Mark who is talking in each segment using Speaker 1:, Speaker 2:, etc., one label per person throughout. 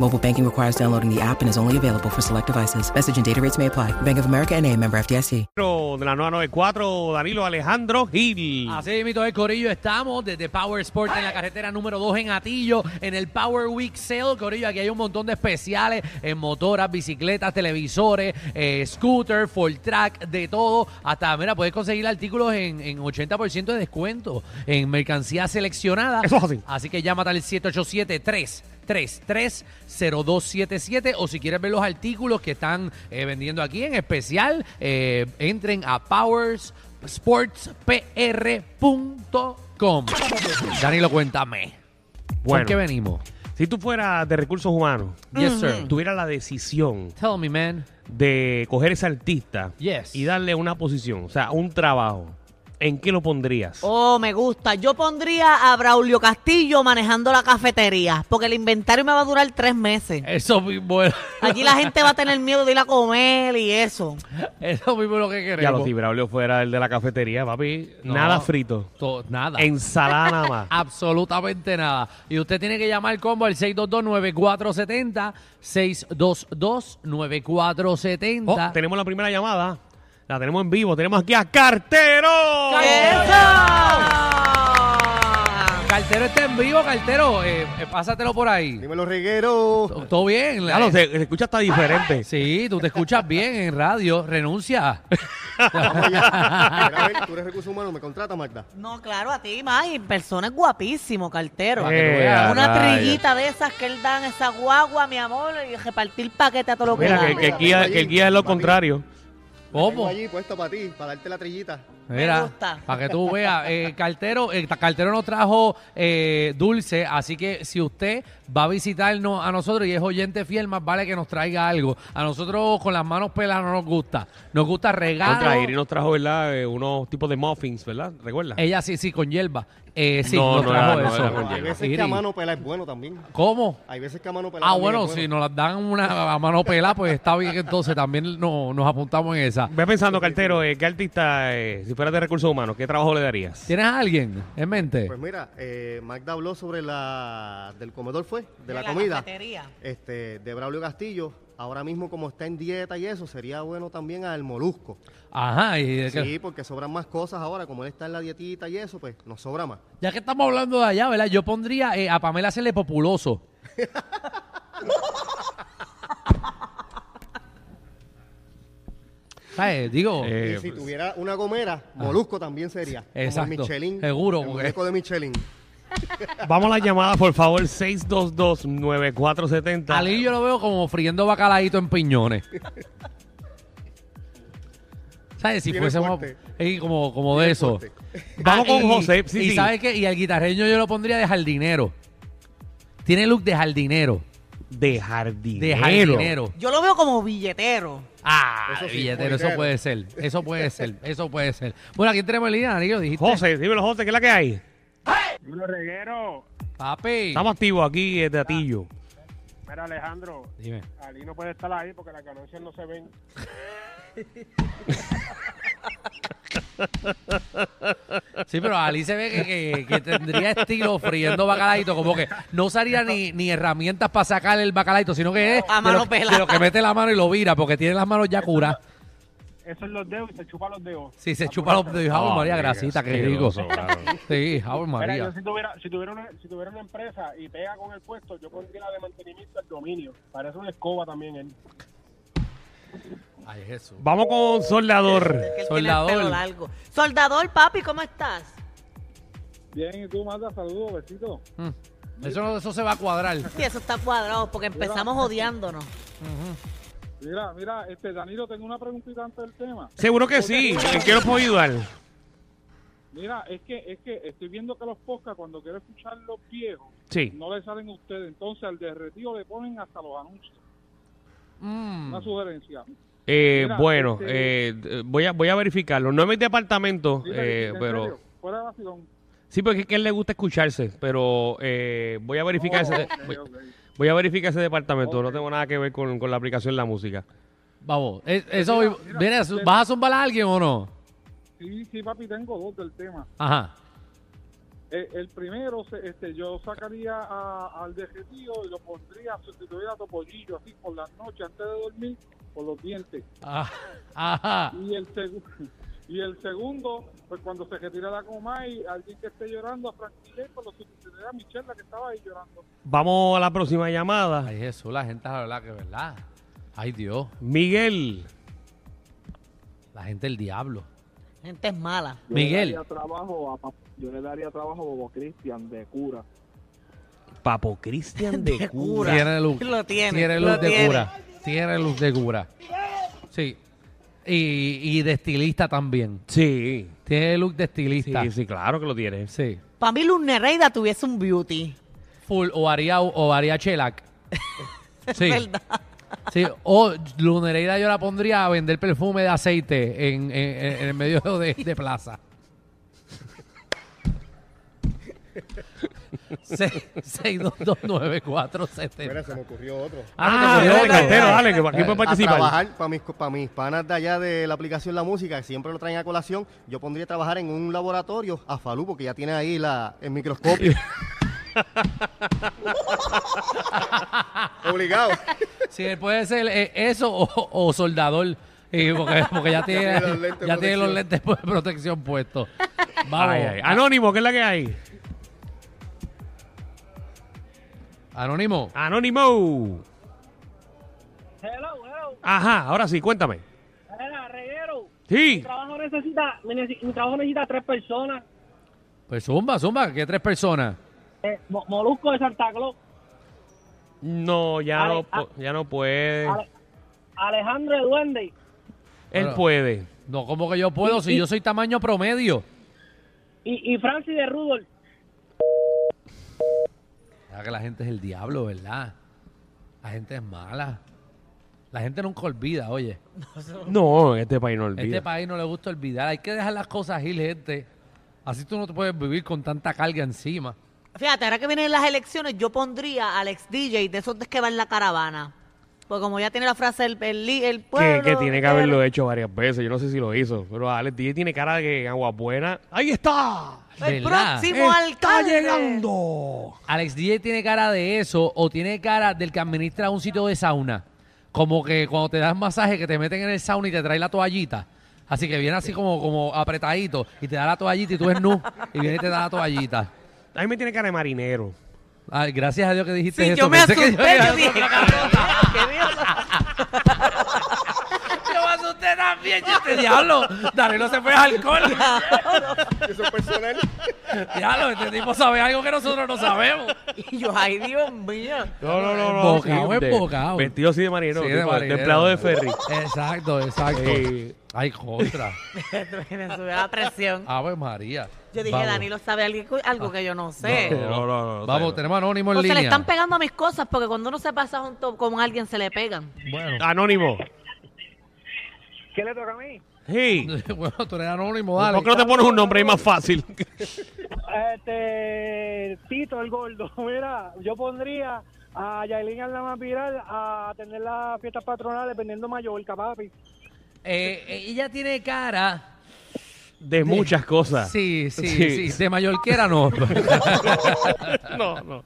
Speaker 1: Mobile banking requires downloading the app and is only available for select devices. Message and data rates may apply. Bank of America and a member FDIC.
Speaker 2: Pero de la 994, Danilo Alejandro Gil.
Speaker 3: Así mito de Corillo estamos desde Power Sport en la carretera número 2 en Atillo, en el Power Week Sale. Corillo, aquí hay un montón de especiales en motoras, bicicletas, televisores, eh, scooter, full track, de todo. Hasta, mira, puedes conseguir artículos en, en 80% de descuento en mercancía seleccionada.
Speaker 2: Eso es así.
Speaker 3: Así que llámate al 787-3. 333-0277 o si quieres ver los artículos que están eh, vendiendo aquí en especial, eh, entren a powersportspr.com. Danilo, cuéntame.
Speaker 2: Bueno.
Speaker 3: ¿Por qué venimos?
Speaker 2: Si tú fueras de recursos humanos,
Speaker 3: Yes, sir.
Speaker 2: tuvieras la decisión
Speaker 3: Tell me, man.
Speaker 2: de coger ese artista
Speaker 3: Yes.
Speaker 2: y darle una posición, o sea, un trabajo, ¿en qué lo pondrías?
Speaker 4: Oh, me gusta. Yo pondría a Braulio Castillo manejando la cafetería, porque el inventario me va a durar tres meses.
Speaker 3: Eso mismo es,
Speaker 4: Aquí la gente va a tener miedo de ir a comer y eso.
Speaker 3: eso mismo es lo que
Speaker 2: Ya lo
Speaker 3: queremos.
Speaker 2: si Braulio fuera el de la cafetería, papi,
Speaker 3: No.
Speaker 2: nada frito,
Speaker 3: To- nada.
Speaker 2: ensalada nada más.
Speaker 3: Absolutamente nada. Y usted tiene que llamar combo al 622-9470.
Speaker 2: Oh,
Speaker 3: 622-9470.
Speaker 2: tenemos la primera llamada, la tenemos en vivo, tenemos aquí a Cartero.
Speaker 4: ¡Eso!
Speaker 3: Cartero está en vivo, cartero. Eh, eh, pásatelo por ahí.
Speaker 5: Dímelo, reguero.
Speaker 3: To- ¿Todo bien? eh,
Speaker 2: Ya lo sé, se escucha hasta diferente.
Speaker 3: Sí, tú te escuchas bien en radio. Renuncia.
Speaker 5: Vamos allá. Mira, a ver, tú eres recurso humano, me contrata, Magda.
Speaker 4: No, claro, a ti más. Y en persona es guapísimo, cartero.
Speaker 2: Eh,
Speaker 4: Una
Speaker 2: rayos.
Speaker 4: trillita de esas que él da en esa guagua, mi amor, y repartir paquete a todo lo que
Speaker 2: Mira,
Speaker 4: da.
Speaker 2: que, que el guía, que el guía es lo contrario.
Speaker 5: Tengo
Speaker 3: ¿Cómo?
Speaker 5: allí puesto para ti, para darte la trillita.
Speaker 3: Mira,
Speaker 4: gusta.
Speaker 3: para que tú veas, eh, cartero, eh, ta- cartero nos trajo eh, dulce, así que si usted va a visitarnos a nosotros y es oyente fiel, más vale que nos traiga algo. A nosotros con las manos peladas no nos gusta, nos gusta
Speaker 2: Contra
Speaker 3: regalos.
Speaker 2: Iri nos trajo, ¿verdad? Eh, unos tipos de muffins, ¿verdad? ¿Recuerdas?
Speaker 3: Ella sí, sí, con hierba. Eh, sí,
Speaker 2: No,
Speaker 3: nos
Speaker 2: no
Speaker 3: trajo
Speaker 2: era- no era
Speaker 3: eso.
Speaker 5: Pero
Speaker 2: con
Speaker 5: hay
Speaker 2: hielo.
Speaker 5: veces
Speaker 3: Iri.
Speaker 5: que a mano pela es bueno también.
Speaker 3: ¿Cómo?
Speaker 5: Hay veces que a mano pela
Speaker 3: Ah,
Speaker 5: también
Speaker 3: bueno,
Speaker 5: es
Speaker 3: si nos las dan una a mano pelada, pues está bien, entonces también no- nos apuntamos en esa.
Speaker 2: Ve pensando, Cartero, eh, ¿qué artista, eh, si fueras de recursos humanos, qué trabajo le darías?
Speaker 3: ¿Tienes a alguien en mente?
Speaker 5: Pues mira, eh, Magda habló sobre la... del comedor fue, de,
Speaker 4: De
Speaker 5: la,
Speaker 4: la
Speaker 5: comida.
Speaker 4: cafetería.
Speaker 5: Este, de Braulio Castillo. Ahora mismo, como está en dieta y eso, sería bueno también al molusco.
Speaker 3: Ajá, y de que-
Speaker 5: Sí, porque sobran más cosas ahora. Como él está en la dietita y eso, pues nos sobra más.
Speaker 3: Ya que estamos hablando de allá, ¿verdad? Yo pondría eh, a Pamela hacerle populoso. ¿Sabes? Digo,
Speaker 2: Eh,
Speaker 5: y si tuviera una gomera, molusco también sería. Como
Speaker 3: pues,
Speaker 5: el
Speaker 3: ah. Exacto.
Speaker 5: Michelin.
Speaker 3: Seguro,
Speaker 5: El
Speaker 3: porque-
Speaker 5: muñeco de Michelin.
Speaker 2: Vamos a la llamada, por favor, 622-9470.
Speaker 3: a Lili yo lo veo como friendo bacalaíto en piñones. ¿Sabes? Si
Speaker 5: Tiene
Speaker 3: fuésemos
Speaker 5: fuerte.
Speaker 3: eh, como, como de eso. Ah,
Speaker 5: fuerte.
Speaker 2: Vamos con
Speaker 3: y-
Speaker 2: José, sí,
Speaker 3: y
Speaker 2: sí.
Speaker 3: ¿sabes qué? Y al guitarreño yo lo pondría de jardinero. Tiene look de jardinero.
Speaker 2: De jardinero.
Speaker 3: De jardinero.
Speaker 4: Yo lo veo como billetero.
Speaker 3: Ah,
Speaker 5: Eso sí,
Speaker 3: billetero, eso
Speaker 5: puñetero.
Speaker 3: puede ser, eso puede ser, eso puede ser. Bueno, aquí tenemos el línea, Danilo, dijiste.
Speaker 2: José, dímelo, José, ¿qué es la que hay?
Speaker 6: Dímelo, reguero.
Speaker 3: Papi.
Speaker 2: Estamos activos aquí eh, de Atillo.
Speaker 3: Ah.
Speaker 6: Mira, Alejandro,
Speaker 3: Dime.
Speaker 6: Ali no puede estar ahí porque las ganancias no se ven.
Speaker 3: Sí, pero Ali se ve que, que- que tendría estilo friendo bacalaito, como que no usaría ni, ni herramientas para sacar el bacalaito, sino que es
Speaker 4: A
Speaker 3: de, lo,
Speaker 4: mano pelada.
Speaker 3: de lo que mete la mano y lo vira, porque tiene las manos ya curadas.
Speaker 6: Eso es los dedos y se chupa los dedos.
Speaker 3: Sí, se chupa los dedos. Jabón
Speaker 2: Ah,
Speaker 3: María,
Speaker 2: qué
Speaker 3: grasita, qué rico.
Speaker 2: asqueroso, claro.
Speaker 3: Sí, Jabón
Speaker 6: Mira, yo
Speaker 3: María.
Speaker 6: si tuviera, si tuviera una, si tuviera una empresa y pega con el puesto, yo pondría la de mantenimiento del dominio. Parece una escoba también él.
Speaker 3: Ay, Jesús.
Speaker 2: Vamos con Soldador.
Speaker 4: Es que él tiene el
Speaker 3: Soldador.
Speaker 4: pelo largo. Soldador, papi, ¿cómo estás?
Speaker 6: Bien, y tú, Mata, saludos, besitos.
Speaker 3: Mm. Eso, no- eso se va a cuadrar.
Speaker 4: Sí, eso está cuadrado porque empezamos odiándonos.
Speaker 6: Mira, mira, este Danilo, tengo una preguntita antes del tema.
Speaker 2: Seguro que sí. eh, ¿En qué los puedo ayudar?
Speaker 6: Mira, es que, es que estoy viendo que los podcasts, cuando quiero escuchar los viejos,
Speaker 2: Sí.
Speaker 6: no le salen a ustedes. Entonces, al derretido le ponen hasta los anuncios.
Speaker 3: Mm.
Speaker 6: Una sugerencia.
Speaker 2: Eh,
Speaker 6: Mira,
Speaker 2: bueno,
Speaker 6: este-
Speaker 2: eh, eh, voy, a, voy a verificarlo. No es mi departamento,
Speaker 6: Mira,
Speaker 2: eh,
Speaker 6: en
Speaker 2: pero...
Speaker 6: serio, fuera de vacilón.
Speaker 2: Sí, porque es que a él le gusta escucharse, pero eh, voy a verificar ese...
Speaker 6: Oh, ok,
Speaker 2: voy-
Speaker 6: ok.
Speaker 2: Voy a verificar ese departamento,
Speaker 6: Ok.
Speaker 2: no tengo nada que ver con, con la aplicación de la música.
Speaker 3: Vamos. es- Eso,
Speaker 6: Mira, mira,
Speaker 3: mira,
Speaker 6: mira.
Speaker 3: ¿vas a zumbar a alguien o no?
Speaker 6: Sí, sí, papi, tengo dos del tema.
Speaker 3: Ajá.
Speaker 6: Eh, el primero, se- este, yo sacaría a- al derretido y lo pondría, sustituir a Topollillo así por las noches antes de dormir, por los dientes.
Speaker 3: Ah, Ajá.
Speaker 6: Y el, segu- y el segundo, pues cuando se retira la coma y alguien que esté llorando a Frank Miller, pues lo sustituiré a Michelle, la que estaba ahí llorando.
Speaker 2: Vamos a la próxima llamada.
Speaker 3: Ay, Jesús, la gente, la verdad, que verdad. Ay, Dios.
Speaker 2: Miguel.
Speaker 3: La gente del diablo.
Speaker 4: La Gente es mala.
Speaker 3: Miguel.
Speaker 6: trabajo a, yo le daría trabajo a Bobo Cristian de cura.
Speaker 2: Papo Cristian de
Speaker 4: Cura.
Speaker 3: Tiene luz.
Speaker 4: Lo tiene,
Speaker 3: Tiene
Speaker 4: lo
Speaker 3: luz de
Speaker 4: tiene.
Speaker 3: cura. Tiene luz de cura. Sí. Y, y de estilista también.
Speaker 2: Sí.
Speaker 3: Tiene look de
Speaker 2: Sí,
Speaker 3: estilista. Sí.
Speaker 2: sí, claro que lo tiene.
Speaker 4: Para mí, Luz Nereida tuviese un beauty.
Speaker 3: Full. O haría, o haría Chelac. Sí.
Speaker 4: ¿Verdad?
Speaker 3: Sí, o Lunereida yo la pondría a vender perfume de aceite en, en- en el medio de, de plaza. Se- 6229470. Eh.
Speaker 5: Mira, se me ocurrió otro.
Speaker 3: Ah,
Speaker 2: Ah,
Speaker 3: te
Speaker 2: dale,
Speaker 3: ocurrió otro.
Speaker 2: cartero, dale, que aquí puede
Speaker 5: A
Speaker 2: participar.
Speaker 5: trabajar para mis, co- pa' mis panas de allá de la aplicación La Música, que siempre lo traen a colación, yo pondría a trabajar en un laboratorio a Falú, porque ya tiene ahí la, el microscopio. Obligado.
Speaker 3: Sí, él puede ser eh, eso o, o soldador. eh, porque, porque ya tiene,
Speaker 5: tiene los lentes de
Speaker 3: ya tiene los
Speaker 5: protección.
Speaker 3: lentes de protección puestos. Vamos.
Speaker 2: Ay, ay. Anónimo, ¿qué es la que hay?
Speaker 3: Ah, Anónimo.
Speaker 2: Anónimo.
Speaker 6: Hello, hello,
Speaker 2: Ajá, ahora sí, cuéntame.
Speaker 6: era reguero.
Speaker 2: Sí.
Speaker 6: trabajo necesita, mi, nece- mi trabajo necesita tres personas.
Speaker 3: Pues zumba, zumba, que tres personas.
Speaker 6: Eh, Mo- Molusco de Santa Claus,
Speaker 2: No, ya
Speaker 6: Ale-
Speaker 2: no, po- ya no puede.
Speaker 6: Ale- Alejandro de Duende,
Speaker 2: Él
Speaker 3: Bueno.
Speaker 2: puede.
Speaker 3: No, ¿cómo que yo puedo? Si yo soy tamaño promedio.
Speaker 6: y, y Francis de Rudolph.
Speaker 3: Ya que la gente es el diablo, ¿verdad? La gente es mala. La gente nunca olvida, oye.
Speaker 2: No, en este país no
Speaker 3: Este
Speaker 2: olvida.
Speaker 3: país no le gusta olvidar. Hay que dejar las cosas ir, gente. Así tú no te puedes vivir con tanta carga encima.
Speaker 4: Fíjate, ahora que vienen las elecciones, yo pondría al ex DJ de esos que va en la caravana. Pues como ya tiene la frase el, el, li- el
Speaker 2: Que,
Speaker 4: pueblo.
Speaker 2: que tiene que haberlo hecho varias veces. Yo no sé si lo hizo. Pero Alex DJ tiene cara de que en agua buena. ¡Ahí está!
Speaker 4: El
Speaker 3: ¿Verdad?
Speaker 4: próximo alcalde.
Speaker 2: llegando!
Speaker 3: Alex DJ tiene cara de eso o tiene cara del que administra un sitio de sauna. Como que cuando te das masaje que te meten en el sauna y te traen la toallita. Así que viene así como, como apretadito y te da la toallita y tú eres nu y viene y te da la toallita.
Speaker 2: A mí me tiene cara de marinero.
Speaker 3: Ay, gracias a Dios que dijiste
Speaker 4: Sí,
Speaker 3: eso.
Speaker 4: yo me
Speaker 3: Pensé que
Speaker 4: asusté.
Speaker 3: iba a
Speaker 4: yo
Speaker 3: decir
Speaker 4: dije,
Speaker 3: otra
Speaker 4: "Cabrón, ¿qué diablo?"
Speaker 3: Yo me asusté también, yo este diablo. Danilo se fue al alcohol.
Speaker 5: Eso es personal.
Speaker 3: Diablo, este tipo sabe algo que nosotros no sabemos.
Speaker 4: Y yo, ay, Dios mío.
Speaker 2: No, no, no. no
Speaker 3: Embocado,
Speaker 2: de-
Speaker 3: embocado.
Speaker 2: Vestido así de marinero.
Speaker 3: Sí,
Speaker 2: tipo, de
Speaker 3: marinero.
Speaker 2: empleado de ferry.
Speaker 3: Exacto, exacto.
Speaker 2: Sí.
Speaker 3: Ay, contra.
Speaker 4: Me subió la presión.
Speaker 3: Ave María.
Speaker 4: Yo dije,
Speaker 3: Ah, Vamos.
Speaker 4: Danilo sabe algo, algo que yo no sé.
Speaker 2: No, no, no, no,
Speaker 3: Vamos,
Speaker 2: no.
Speaker 3: tenemos anónimo en
Speaker 4: O Pues se
Speaker 3: línea.
Speaker 4: le están pegando a mis cosas porque cuando uno se pasa junto con alguien se le pegan.
Speaker 3: bueno.
Speaker 2: Anónimo.
Speaker 6: ¿Qué le toca a mí?
Speaker 2: Sí.
Speaker 3: bueno, tú eres anónimo, dale.
Speaker 2: ¿Por qué no te pones un nombre ahí más fácil?
Speaker 6: Este, Tito el Gordo, mira, yo pondría a Yailin Aldama Viral a atender las fiestas patronales vendiendo Mallorca, papi.
Speaker 3: Eh, eh, ella tiene cara.
Speaker 2: De muchas cosas.
Speaker 3: Sí, sí, sí, De mallorquera no.
Speaker 2: No, no.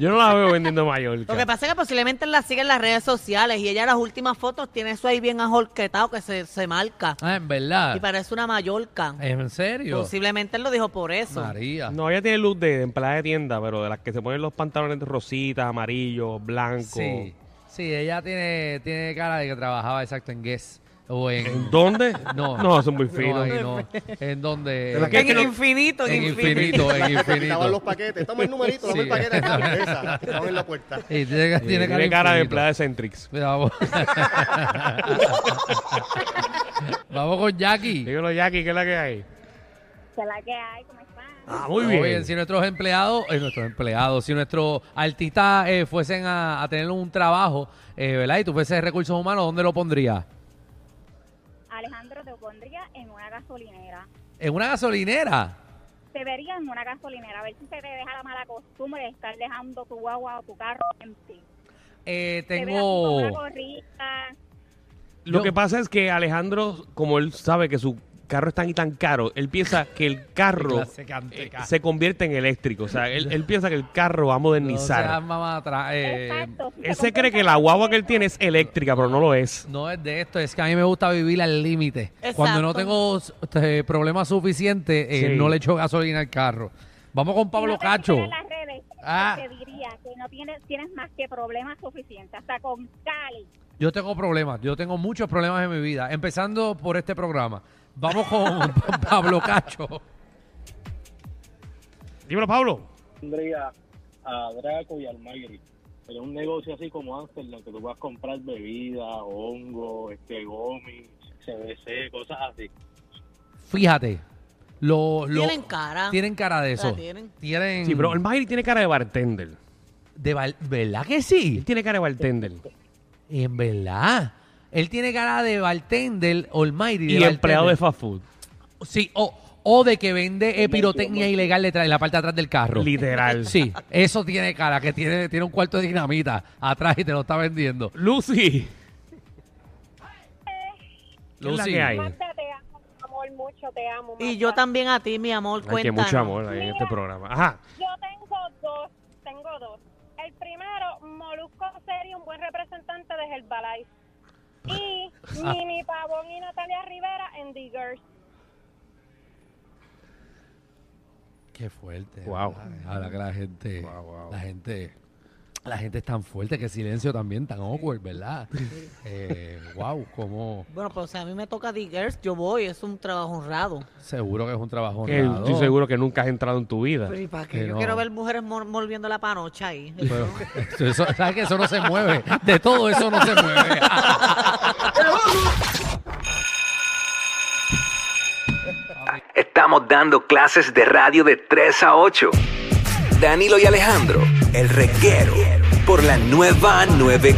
Speaker 2: Yo no la veo vendiendo Mallorca.
Speaker 4: Lo que pasa es que posiblemente la sigue en las redes sociales y ella en las últimas fotos tiene eso ahí bien ajolquetado que se, se marca.
Speaker 3: ah, en verdad.
Speaker 4: Y parece una Mallorca.
Speaker 3: ¿En serio?
Speaker 4: Posiblemente él lo dijo por eso.
Speaker 3: María.
Speaker 2: No, ella tiene luz de, de empleada de tienda, pero de las que se ponen los pantalones rositas, amarillos, blancos.
Speaker 3: Sí, sí, ella tiene, tiene cara de que trabajaba exacto en Guess o en...
Speaker 2: ¿En dónde?
Speaker 3: No.
Speaker 2: No, son muy
Speaker 3: No,
Speaker 2: finos.
Speaker 3: ahí no. En donde...
Speaker 5: ¿En la
Speaker 4: En
Speaker 5: que
Speaker 4: el
Speaker 5: no-
Speaker 4: infinito,
Speaker 3: en infinito, eh, en
Speaker 5: Estaban los
Speaker 3: infinito.
Speaker 5: paquetes. Estamos en numerito,
Speaker 3: Sí. Eh,
Speaker 5: dame el paquete acá. Esa, estamos en la puerta.
Speaker 3: Y tiene, tiene
Speaker 2: Tiene cara de
Speaker 3: infinito.
Speaker 2: empleada de Centrix.
Speaker 3: Mira, vamos. vamos con Jackie.
Speaker 2: Dígalo, Jackie, ¿qué es la que hay?
Speaker 7: ¿Qué es la que hay? ¿Cómo están?
Speaker 2: Ah, muy
Speaker 3: Oye,
Speaker 2: bien.
Speaker 3: si nuestros empleados, eh, nuestros empleados, si nuestros artistas eh, fuesen a, a tener un trabajo, eh, ¿verdad? Y tú fueses recursos humanos, ¿dónde lo pondrías?
Speaker 7: Alejandro, te pondría en una gasolinera.
Speaker 3: En una gasolinera.
Speaker 7: Te vería en una gasolinera, a ver si se te deja la mala costumbre de estar dejando tu guagua o tu carro en ti.
Speaker 3: Eh,
Speaker 7: Te veo así con una
Speaker 3: tengo.
Speaker 7: gorrita.
Speaker 2: Lo
Speaker 3: Yo-
Speaker 2: que pasa es que Alejandro, como él sabe que su carro es tan y tan caro, él piensa que el carro
Speaker 3: Clase canteca.
Speaker 2: eh, se convierte en eléctrico. O sea, él, él piensa que el carro va a
Speaker 3: No
Speaker 2: modernizar.
Speaker 3: seas mamá atrás. eh,
Speaker 7: Exacto. si te
Speaker 2: él se
Speaker 7: compras
Speaker 2: cree que
Speaker 7: un
Speaker 2: la
Speaker 7: carro
Speaker 2: guagua que él
Speaker 7: nuevo,
Speaker 2: tiene es eléctrica, pero no lo es.
Speaker 3: No es de esto, es que a mí me gusta vivir al límite.
Speaker 4: Exacto.
Speaker 3: Cuando no tengo este, problemas suficientes, eh,
Speaker 2: Sí.
Speaker 3: no le echo gasolina al carro. Vamos con
Speaker 7: si no
Speaker 3: Pablo
Speaker 7: te
Speaker 3: Cacho.
Speaker 7: siguiera en las redes,
Speaker 3: Ah.
Speaker 7: Te diría que no tienes, tienes más que problemas suficientes, hasta con Cali.
Speaker 3: Yo tengo problemas, yo tengo muchos problemas en mi vida, empezando por este programa. Vamos con Pablo Cacho.
Speaker 2: Dímelo, Pablo.
Speaker 8: pondría a Draco y al Magri. Pero un negocio así como Amsterdam, que tú vas a comprar bebida, hongo, este gomi, CBC, cosas así.
Speaker 3: Fíjate, lo, lo-
Speaker 4: Tienen cara.
Speaker 3: tienen cara de eso.
Speaker 4: La tienen.
Speaker 3: Tienen
Speaker 2: Sí, pero el Mayri tiene cara de bartender.
Speaker 3: de val- ¿Verdad que
Speaker 2: Él
Speaker 3: sí?
Speaker 2: tiene cara de bartender.
Speaker 3: En verdad. Él tiene cara de bartender, almighty. de
Speaker 2: Y empleado
Speaker 3: bartender.
Speaker 2: de fast food.
Speaker 3: Sí, o, o de que vende eh, pirotecnia ilegal detrás, en la parte de atrás del carro.
Speaker 2: Literal.
Speaker 3: Sí, eso tiene cara, que tiene, tiene un cuarto de dinamita atrás y te lo está vendiendo.
Speaker 2: Lucy. ¿Qué es la
Speaker 3: Lucy.
Speaker 2: que hay?
Speaker 7: Marta, te amo, amor, mucho te amo.
Speaker 4: Y
Speaker 7: Marta.
Speaker 4: yo también a ti, mi amor,
Speaker 2: Hay que
Speaker 4: cuéntanos.
Speaker 2: mucho amor en este programa. Ajá.
Speaker 7: Yo tengo dos, tengo dos. El primero, Molusco sería un buen representante de Herbalife. Y Mini Pavón y Natalia Rivera en Diggers.
Speaker 3: Qué fuerte.
Speaker 2: Wow.
Speaker 3: ¿verdad? Ahora que la gente,
Speaker 2: Wow, wow.
Speaker 3: la gente, la gente es tan fuerte que silencio también tan awkward, ¿verdad? Eh, wow, como
Speaker 4: Bueno, pues si a mí me toca Diggers, yo voy, es un trabajo honrado.
Speaker 3: seguro que es un trabajo
Speaker 2: Que
Speaker 3: honrado.
Speaker 2: estoy seguro que nunca has entrado en tu vida.
Speaker 4: Pero ¿y para qué?
Speaker 3: Que
Speaker 4: yo
Speaker 3: no.
Speaker 4: quiero ver mujeres mol- volviendo la panocha ahí.
Speaker 3: Pero eso- eso- ¿Sabes que eso no se mueve? De todo eso no se mueve.
Speaker 9: Estamos dando clases de radio de 3 a 8. Danilo y Alejandro, el reguero, por la nueva 9.